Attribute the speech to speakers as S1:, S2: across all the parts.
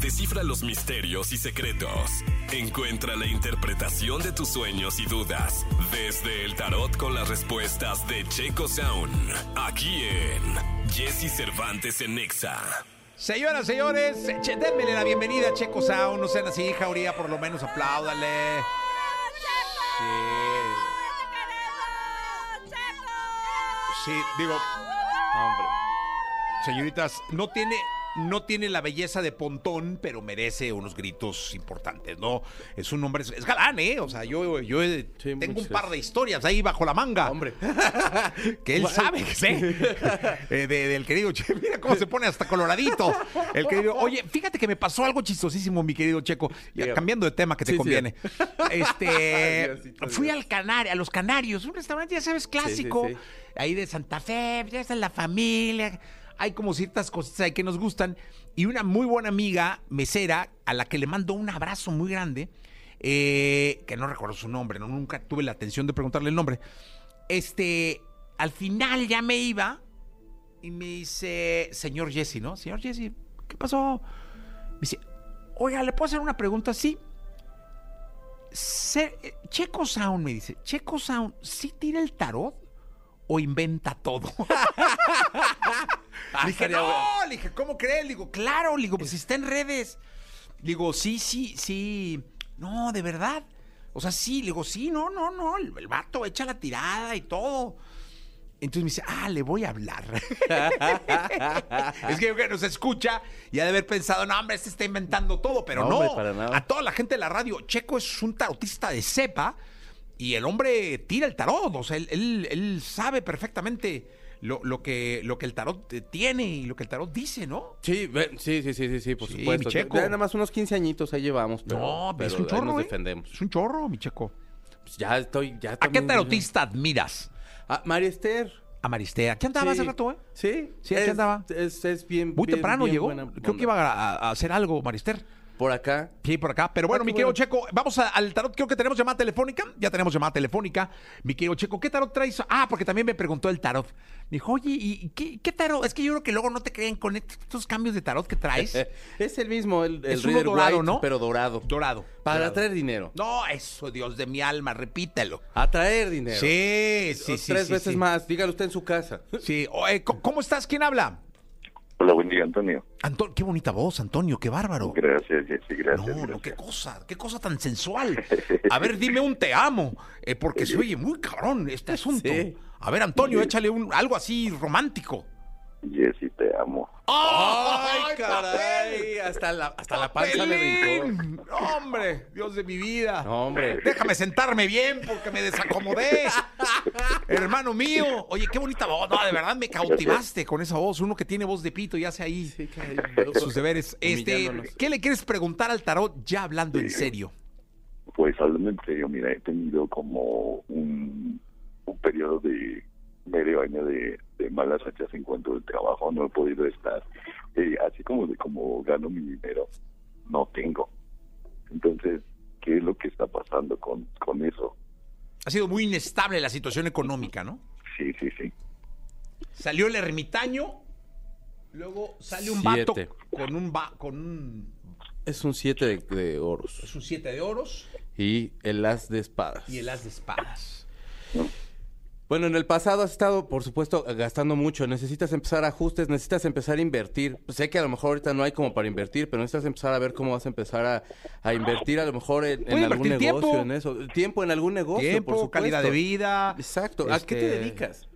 S1: descifra los misterios y secretos. Encuentra la interpretación de tus sueños y dudas desde el tarot con las respuestas de Checo Sound. Aquí en Jesse Cervantes en Nexa.
S2: Señoras, señores, che- denmele la bienvenida a Checo Sound. No sean así, Jauría, por lo menos apláudale. Sí, sí, digo, hombre. Señoritas, no tiene, no tiene la belleza de Pontón, pero merece unos gritos importantes, ¿no? Es un hombre, es, es galán, ¿eh? O sea, yo, yo eh,
S3: Sí,
S2: tengo un
S3: muchas.
S2: par de historias ahí bajo la manga.
S3: Hombre.
S2: que él
S3: Guay.
S2: sabe, que sé. Eh, de- del querido Che, mira cómo se pone hasta coloradito. El querido, oye, fíjate que me pasó algo chistosísimo, mi querido Checo. Ya,
S3: Dígame.
S2: cambiando de tema que te
S3: Sí, sí.
S2: conviene. Este,
S3: Diosito,
S2: fui
S3: Dios.
S2: al Canar- a los Canarios, un restaurante, ya sabes, clásico,
S3: sí, sí.
S2: ahí de Santa Fe, ya está la familia. Hay como ciertas cositas ahí que nos gustan. Y una muy buena amiga, mesera, a la que le mando un abrazo muy grande, eh, que no recuerdo su nombre, no, nunca tuve la atención de preguntarle el nombre. Este, al final ya me iba y me dice, señor Jesse, ¿no? Señor Jesse, ¿qué pasó? Me dice, oiga, ¿le puedo hacer una pregunta así? Ser- eh, Checo Sound me dice, Checo Sound, ¿sí tira el tarot o inventa todo? le dije,
S3: Ah, estaría
S2: no,
S3: bueno.
S2: le dije, ¿cómo crees? Le digo, claro, le digo, pues está en redes. Le digo, sí, sí, sí, no, de verdad. O sea, sí, le digo, sí, no, no, no, el, el vato echa la tirada y todo. Entonces me dice, ah, le voy a hablar. es que yo creo que nos escucha y ha de haber pensado, no, hombre, este está inventando todo, pero no.
S3: No, hombre, para nada.
S2: A toda la gente de la radio, Checo es un tarotista de cepa y el hombre tira el tarot, o sea, él, él- él sabe perfectamente lo, lo que, lo que el tarot eh, tiene y lo que el tarot dice, ¿no?
S3: Sí, ve- sí, sí, sí, sí, sí, por
S2: Sí,
S3: supuesto.
S2: mi Checo.
S3: Ya nada más unos 15 añitos ahí llevamos, pero,
S2: no,
S3: pero
S2: es un
S3: ahí
S2: chorro.
S3: nos
S2: ¿eh?
S3: defendemos.
S2: Es un chorro, mi Checo.
S3: Pues ya estoy, ya
S2: ¿A qué
S3: también-
S2: tarotista admiras?
S3: Ah, María Esther.
S2: A Maristea. ¿Quién andaba hace
S3: Sí.
S2: rato, eh?
S3: Sí.
S2: Sí, aquí
S3: es-
S2: andaba.
S3: Es, es bien
S2: Muy
S3: bien-
S2: temprano
S3: bien
S2: llegó.
S3: buena
S2: Creo que
S3: onda.
S2: iba a, a hacer algo, Marister.
S3: Por acá.
S2: Sí, por acá. Pero bueno,
S3: Ah,
S2: mi
S3: qué
S2: querido
S3: bueno.
S2: Checo, vamos a- al tarot. Creo que tenemos llamada telefónica. Ya tenemos llamada telefónica. Mi querido Checo, ¿qué tarot traes? Ah, porque también me preguntó el tarot. Me dijo, oye, ¿y y qué, qué tarot? Es que yo creo que luego no te creen con estos estos cambios de tarot que traes.
S3: Eh, es el mismo, el, el
S2: Es uno
S3: Rider
S2: dorado,
S3: White,
S2: ¿no?
S3: pero dorado.
S2: Dorado.
S3: Para
S2: Dorado.
S3: atraer dinero.
S2: No, eso, Dios de mi alma, repítalo.
S3: Atraer dinero.
S2: Sí, sí,
S3: Dos,
S2: sí.
S3: Tres
S2: sí,
S3: veces
S2: sí.
S3: más. Dígalo usted en su casa.
S2: Sí. Oye, ¿cómo- ¿Cómo estás? ¿Quién habla?
S4: Hola, buen día, Antonio.
S2: Antonio, qué bonita voz, Antonio, qué bárbaro.
S4: Gracias, Jessy, gracias.
S2: No, no,
S4: gracias.
S2: qué cosa, qué cosa tan sensual. A ver, dime un te amo, eh, porque se oye muy cabrón este asunto.
S3: Sí.
S2: A ver, Antonio,
S4: Sí.
S2: échale un, algo así romántico.
S4: Jessy, te amo.
S2: ¡Ay,
S3: Hasta la, hasta la
S2: papel!
S3: panza me brincó.
S2: ¡Papelín! ¡Hombre! ¡Dios de mi vida!
S3: No, hombre.
S2: Déjame sentarme bien porque me desacomodé. Hermano mío. Oye, qué bonita voz. No, de verdad me cautivaste con esa voz. Uno que tiene voz de pito y hace ahí
S3: Sí, caray,
S2: sus deberes. Este,
S3: Humillándonos.
S2: ¿Qué le quieres preguntar al tarot ya hablando en serio?
S4: Pues hablando en serio, mira, he tenido como un, un periodo de medio año de, de malas hachas en cuanto al trabajo. No he podido estar. eh, así como de cómo gano mi dinero, no tengo. Entonces, ¿qué es lo que está pasando con, con eso?
S2: Ha sido muy inestable la situación económica, ¿no?
S4: Sí, sí, sí.
S2: Salió el ermitaño, luego sale un vato
S3: Siete.
S2: con un va- con un
S3: Es un 7 de, de oros.
S2: es un siete de oros
S3: Y el as de espadas.
S2: y el as de espadas.
S3: Bueno, en el pasado has estado, por supuesto, gastando mucho. Necesitas empezar ajustes, necesitas empezar a invertir. Pues Sé que a lo mejor ahorita no hay como para invertir, pero necesitas empezar a ver cómo vas a empezar a, a invertir a lo mejor en, en
S2: Puede
S3: algún
S2: invertir
S3: negocio,
S2: tiempo.
S3: en eso. Tiempo en algún negocio, por
S2: Tiempo,
S3: supuesto.
S2: calidad de vida.
S3: Exacto. ¿A qué te
S2: este,
S3: dedicas?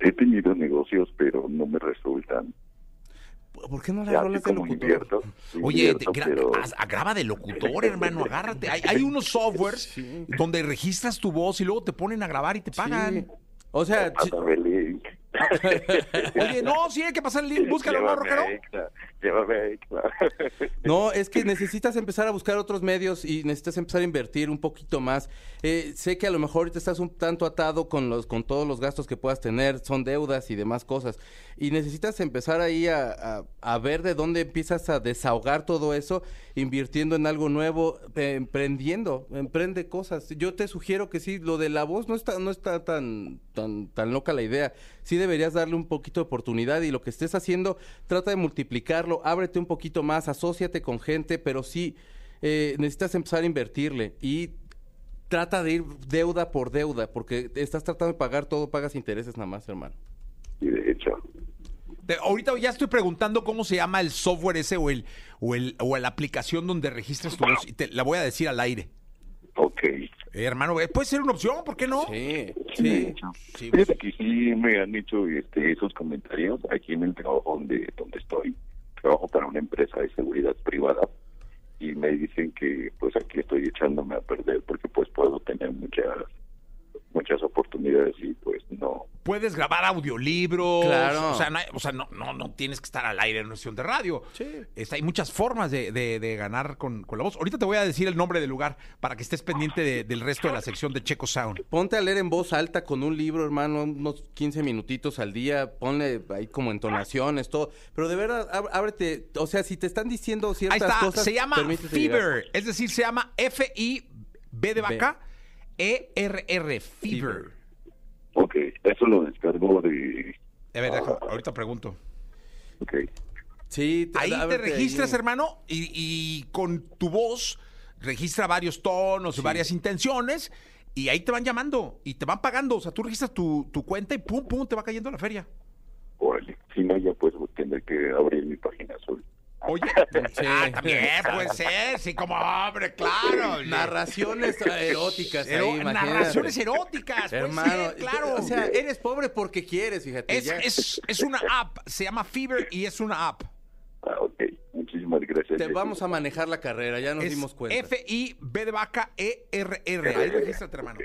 S4: He tenido negocios, pero no me resultan.
S3: ¿Por qué no la
S4: Ya, así
S3: rolas de
S4: como
S3: locutor?
S4: invierto.
S2: Oye,
S4: invierto,
S2: te gra-
S4: pero-
S2: haz- graba de locutor, hermano, agárrate. Hay, hay unos softwares donde registras tu voz y luego te ponen a grabar y te
S3: Sí.
S2: pagan.
S3: O sea, chi-
S4: Pásame el link.
S2: Oye, no, sí hay que pasar el link, búscalo, ¿no,
S4: Llévame
S2: rockero?
S4: a Exa, llévame a Exa.
S3: No, es que necesitas empezar a buscar otros medios y necesitas empezar a invertir un poquito más. Eh, sé que a lo mejor te estás un tanto atado con los, con todos los gastos que puedas tener, son deudas y demás cosas. Y necesitas empezar ahí a, a- a ver de dónde empiezas a desahogar todo eso, invirtiendo en algo nuevo, eh, emprendiendo, emprende cosas. Yo te sugiero que sí, lo de la voz no está, no está tan, tan, tan loca la idea. sí deberías darle un poquito de oportunidad y lo que estés haciendo, trata de multiplicarlo, ábrete un poquito más, asóciate con gente, pero sí eh, necesitas empezar a invertirle y trata de ir deuda por deuda, porque estás tratando de pagar todo, pagas intereses nada más, hermano.
S4: Y de hecho,
S2: Te- ahorita ya estoy preguntando cómo se llama el software ese o el o el o la aplicación donde registras tu voz y te la voy a decir al aire.
S4: ok.
S2: Eh, hermano, eh, puede ser una opción, ¿por qué no?
S3: Sí,
S4: de
S3: sí.
S4: hecho.
S2: Sí, pues,
S4: Fíjate que sí me han hecho este, esos comentarios aquí en el trabajo donde, donde estoy. Trabajo para una empresa de seguridad privada y me dicen que pues aquí estoy echándome a perder porque pues puedo tener muchas muchas oportunidades y pues no.
S2: puedes grabar audiolibros,
S3: Claro.
S2: o sea, no, hay- o sea, no, no, no tienes que estar al aire en una sesión de radio.
S3: Sí.
S2: Este, hay muchas formas de, de- de ganar con, con la voz. Ahorita te voy a decir el nombre del lugar para que estés pendiente de- del resto de la sección de Checo Sound.
S3: Ponte a leer en voz alta con un libro, hermano, unos 15 minutitos al día, ponle ahí como entonaciones, todo. Pero de verdad, ab- ábrete, o sea, si te están diciendo
S2: Ahí
S3: ciertas
S2: está,
S3: cosas,
S2: se llama
S3: permítete llegar.
S2: Fever, es decir, se llama F-I-B de vaca, E E-R-R, Fever.
S4: Ok, eso lo descargo de...
S2: A ver, deja- ahorita pregunto.
S4: Ok,
S3: Sí,
S2: Ahí te
S3: ábrete ahí.
S2: registras, hermano, y, y con tu voz registra varios tonos y varias intenciones, y ahí te van llamando y te van pagando. O sea, tú registras tu, tu cuenta y pum, pum, te va cayendo la feria.
S4: órale. Si no, ya pues tendré que abrir mi página azul.
S2: Oye,
S3: Sí.
S2: ah, también puede ser, sí, como hombre, claro. oye.
S3: Narraciones eróticas ahí,
S2: Ero-
S3: imagínate.
S2: narraciones eróticas, puede ser, claro.
S3: O sea, eres pobre porque quieres, fíjate.
S2: es,
S3: ya.
S2: es- es una app, se llama Fever y es una app.
S4: Ah, ok, muchísimas gracias.
S3: Te vamos a manejar la carrera, ya nos
S2: Es
S3: dimos cuenta.
S2: F-I-B de vaca E-R-R. Ahí regístrate, hermano.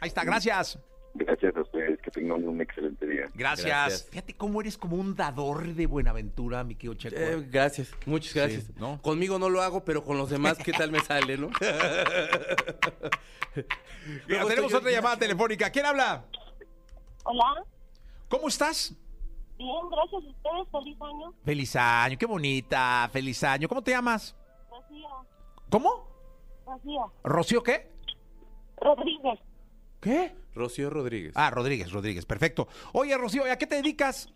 S2: Ahí está, gracias.
S4: Gracias a ustedes, que tengan un excelente día.
S2: Gracias.
S3: Gracias.
S2: Fíjate cómo eres como un dador de Buenaventura, mi querido Checo.
S3: Eh, gracias, muchas gracias.
S2: Sí, ¿no?
S3: Conmigo no lo hago, pero con los demás, ¿qué tal me sale, no?
S2: Mira, tenemos otra llamada telefónica. ¿Quién habla?
S5: Hola,
S2: ¿Cómo estás?
S5: bien, gracias a ustedes, feliz año.
S2: Feliz año, qué bonita, feliz año. ¿Cómo te llamas?
S5: Rocío,
S2: ¿Cómo?
S5: Rocío,
S2: ¿Rocío qué?
S5: Rodríguez,
S2: ¿Qué?
S3: Rocío Rodríguez.
S2: Ah, Rodríguez, Rodríguez, perfecto. Oye, Rocío, ¿y ¿a qué te dedicas?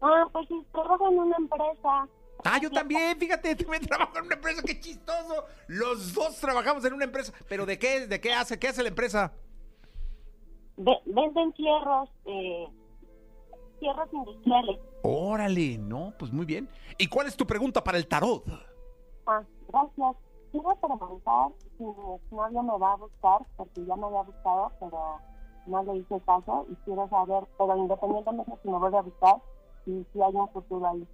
S5: ah, pues sí, trabajo en una empresa.
S2: Ah, yo también, fíjate, también trabajo en una empresa, qué chistoso. Los dos trabajamos en una empresa. ¿Pero de qué? ¿De qué hace? ¿Qué hace la empresa?
S5: Ve- venden fierros, eh, fierros industriales.
S2: Órale, no, pues muy bien. ¿Y cuál es tu pregunta para el tarot?
S5: Ah, gracias. Quiero preguntar si mi novio me va a buscar, porque ya me había buscado, pero no le hice caso y quiero saber, pero independientemente si me vuelve a buscar, y si hay un futuro ahí.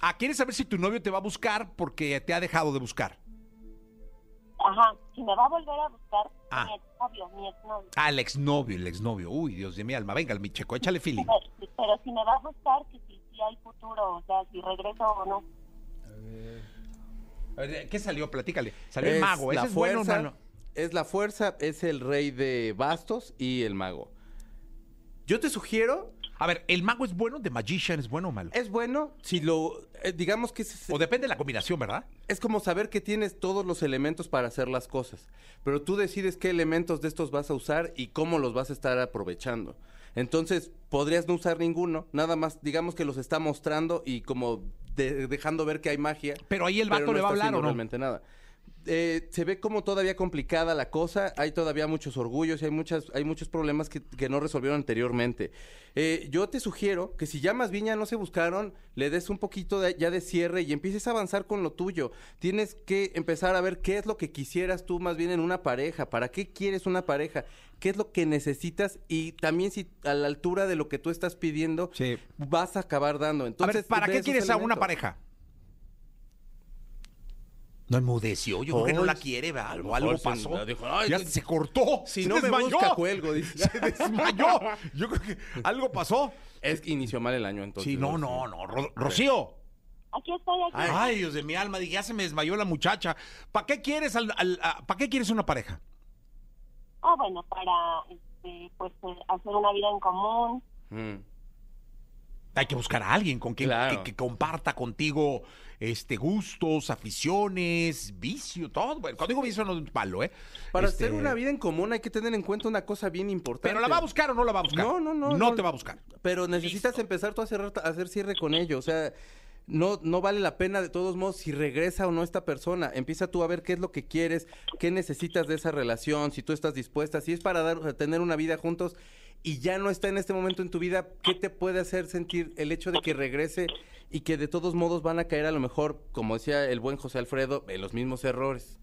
S2: Ah, ¿quieres saber si tu novio te va a buscar porque te ha dejado de buscar?
S5: Ajá, si me va a volver a buscar,
S2: Ah.
S5: mi exnovio, mi exnovio.
S2: Ah, el exnovio, el exnovio. Uy, Dios de mi alma. Venga, mi checo, échale feeling.
S5: Pero, pero si me va a buscar, que si, si hay futuro, o sea, si regreso o no.
S2: A ver, ¿Qué salió? Platícale. Salió el mago.
S3: la
S2: Ese es bueno,
S3: fuerza,
S2: hermano.
S3: Es la fuerza, es el rey de bastos y el mago. Yo te sugiero,
S2: A ver, ¿el mago es bueno? ¿The Magician es bueno o malo?
S3: es bueno si lo, eh, digamos que es,
S2: O depende de la combinación, ¿verdad?
S3: es como saber que tienes todos los elementos para hacer las cosas, pero tú decides qué elementos de estos vas a usar y cómo los vas a estar aprovechando. Entonces, podrías no usar ninguno, nada más digamos que los está mostrando y como de- dejando ver que hay magia.
S2: Pero ahí el vato
S3: no
S2: le va a
S3: está
S2: hablar,
S3: haciendo
S2: ¿o no?
S3: realmente nada. Eh, se ve como todavía complicada la cosa, hay todavía muchos orgullos y hay, muchas, hay muchos problemas que, que no resolvieron anteriormente. Eh, yo te sugiero que si ya más bien ya no se buscaron, le des un poquito de- ya de cierre y empieces a avanzar con lo tuyo. Tienes que empezar a ver qué es lo que quisieras tú más bien en una pareja, para qué quieres una pareja, qué es lo que necesitas y también si a la altura de lo que tú estás pidiendo
S2: Sí.
S3: vas a acabar dando.
S2: A
S3: Entonces,
S2: ver, ¿para
S3: ve
S2: qué
S3: esos
S2: quieres a una
S3: elementos.
S2: pareja? No enmudeció, yo creo que no la quiere, ¿verdad? algo, algo
S3: Oh, mejor se-
S2: pasó.
S3: dijo, "Ay,
S2: ya
S3: tú-
S2: se cortó.
S3: Si
S2: se
S3: no me
S2: desmayó.
S3: busca, cuelgo, dice.
S2: Se desmayó. Yo creo que algo pasó.
S3: Es que inició mal el año entonces.
S2: sí, no, no, no. Ro- Rocío.
S5: Aquí estoy, aquí.
S2: Ay. Dios de mi alma, dije, ya se me desmayó la muchacha. ¿Para qué quieres al- al- a- ¿para qué quieres una pareja?
S5: Ah, bueno, para este, pues eh, hacer una vida en común.
S3: Mm.
S2: Hay que buscar a alguien con quien
S3: Claro.
S2: que, que comparta contigo este gustos, aficiones, vicio, todo. Bueno, cuando digo vicio no es un palo, ¿eh?
S3: Para
S2: Este,
S3: hacer una vida en común hay que tener en cuenta una cosa bien importante.
S2: Pero la va a buscar o no la va a buscar.
S3: No, no, no,
S2: No,
S3: no.
S2: te va a buscar.
S3: Pero necesitas empezar tú a cerrar- a hacer cierre con ello. O sea, no, no vale la pena de todos modos si regresa o no esta persona. Empieza tú a ver qué es lo que quieres, qué necesitas de esa relación, si tú estás dispuesta, si es para dar, para tener una vida juntos y ya no está en este momento en tu vida, ¿qué te puede hacer sentir el hecho de que regrese y que de todos modos van a caer a lo mejor, como decía el buen José Alfredo, en los mismos errores?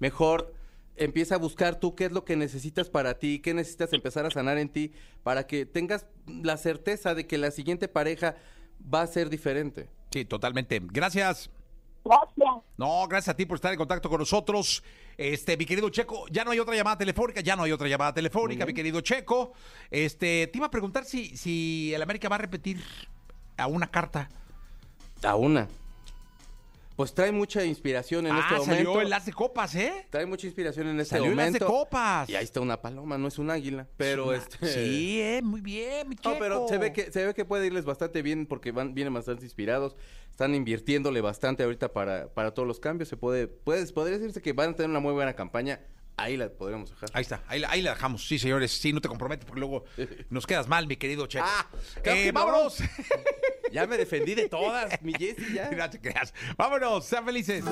S3: Mejor empieza a buscar tú qué es lo que necesitas para ti, qué necesitas empezar a sanar en ti, para que tengas la certeza de que la siguiente pareja va a ser diferente.
S2: Sí, totalmente. Gracias.
S5: Gracias.
S2: No, gracias a ti por estar en contacto con nosotros. Este, mi querido Checo, ya no hay otra llamada telefónica, ya no hay otra llamada telefónica, mi querido Checo. Este, te iba a preguntar si, si el América va a repetir a una carta.
S3: A una. Pues trae mucha inspiración en este
S2: ah,
S3: momento.
S2: salió el as de copas, ¿eh?
S3: Trae mucha inspiración en este
S2: Salió el as de
S3: momento.
S2: copas.
S3: Y ahí está una paloma, no es un águila, pero
S2: Una-
S3: este
S2: Sí, eh, muy bien, mi Checo.
S3: No, pero se ve que se ve que puede irles bastante bien porque van vienen bastante inspirados, están invirtiéndole bastante ahorita para, para todos los cambios, se puede puedes podría decirse que van a tener una muy buena campaña, ahí la podríamos dejar.
S2: Ahí está, ahí, la- ahí la dejamos. Sí, señores, sí, no te comprometes porque luego nos quedas mal, mi querido Checo.
S3: Ah, claro
S2: eh,
S3: que no.
S2: vámonos.
S3: Ya me defendí de todas, mi Jessy ya.
S2: No te creas. Vámonos, sean felices.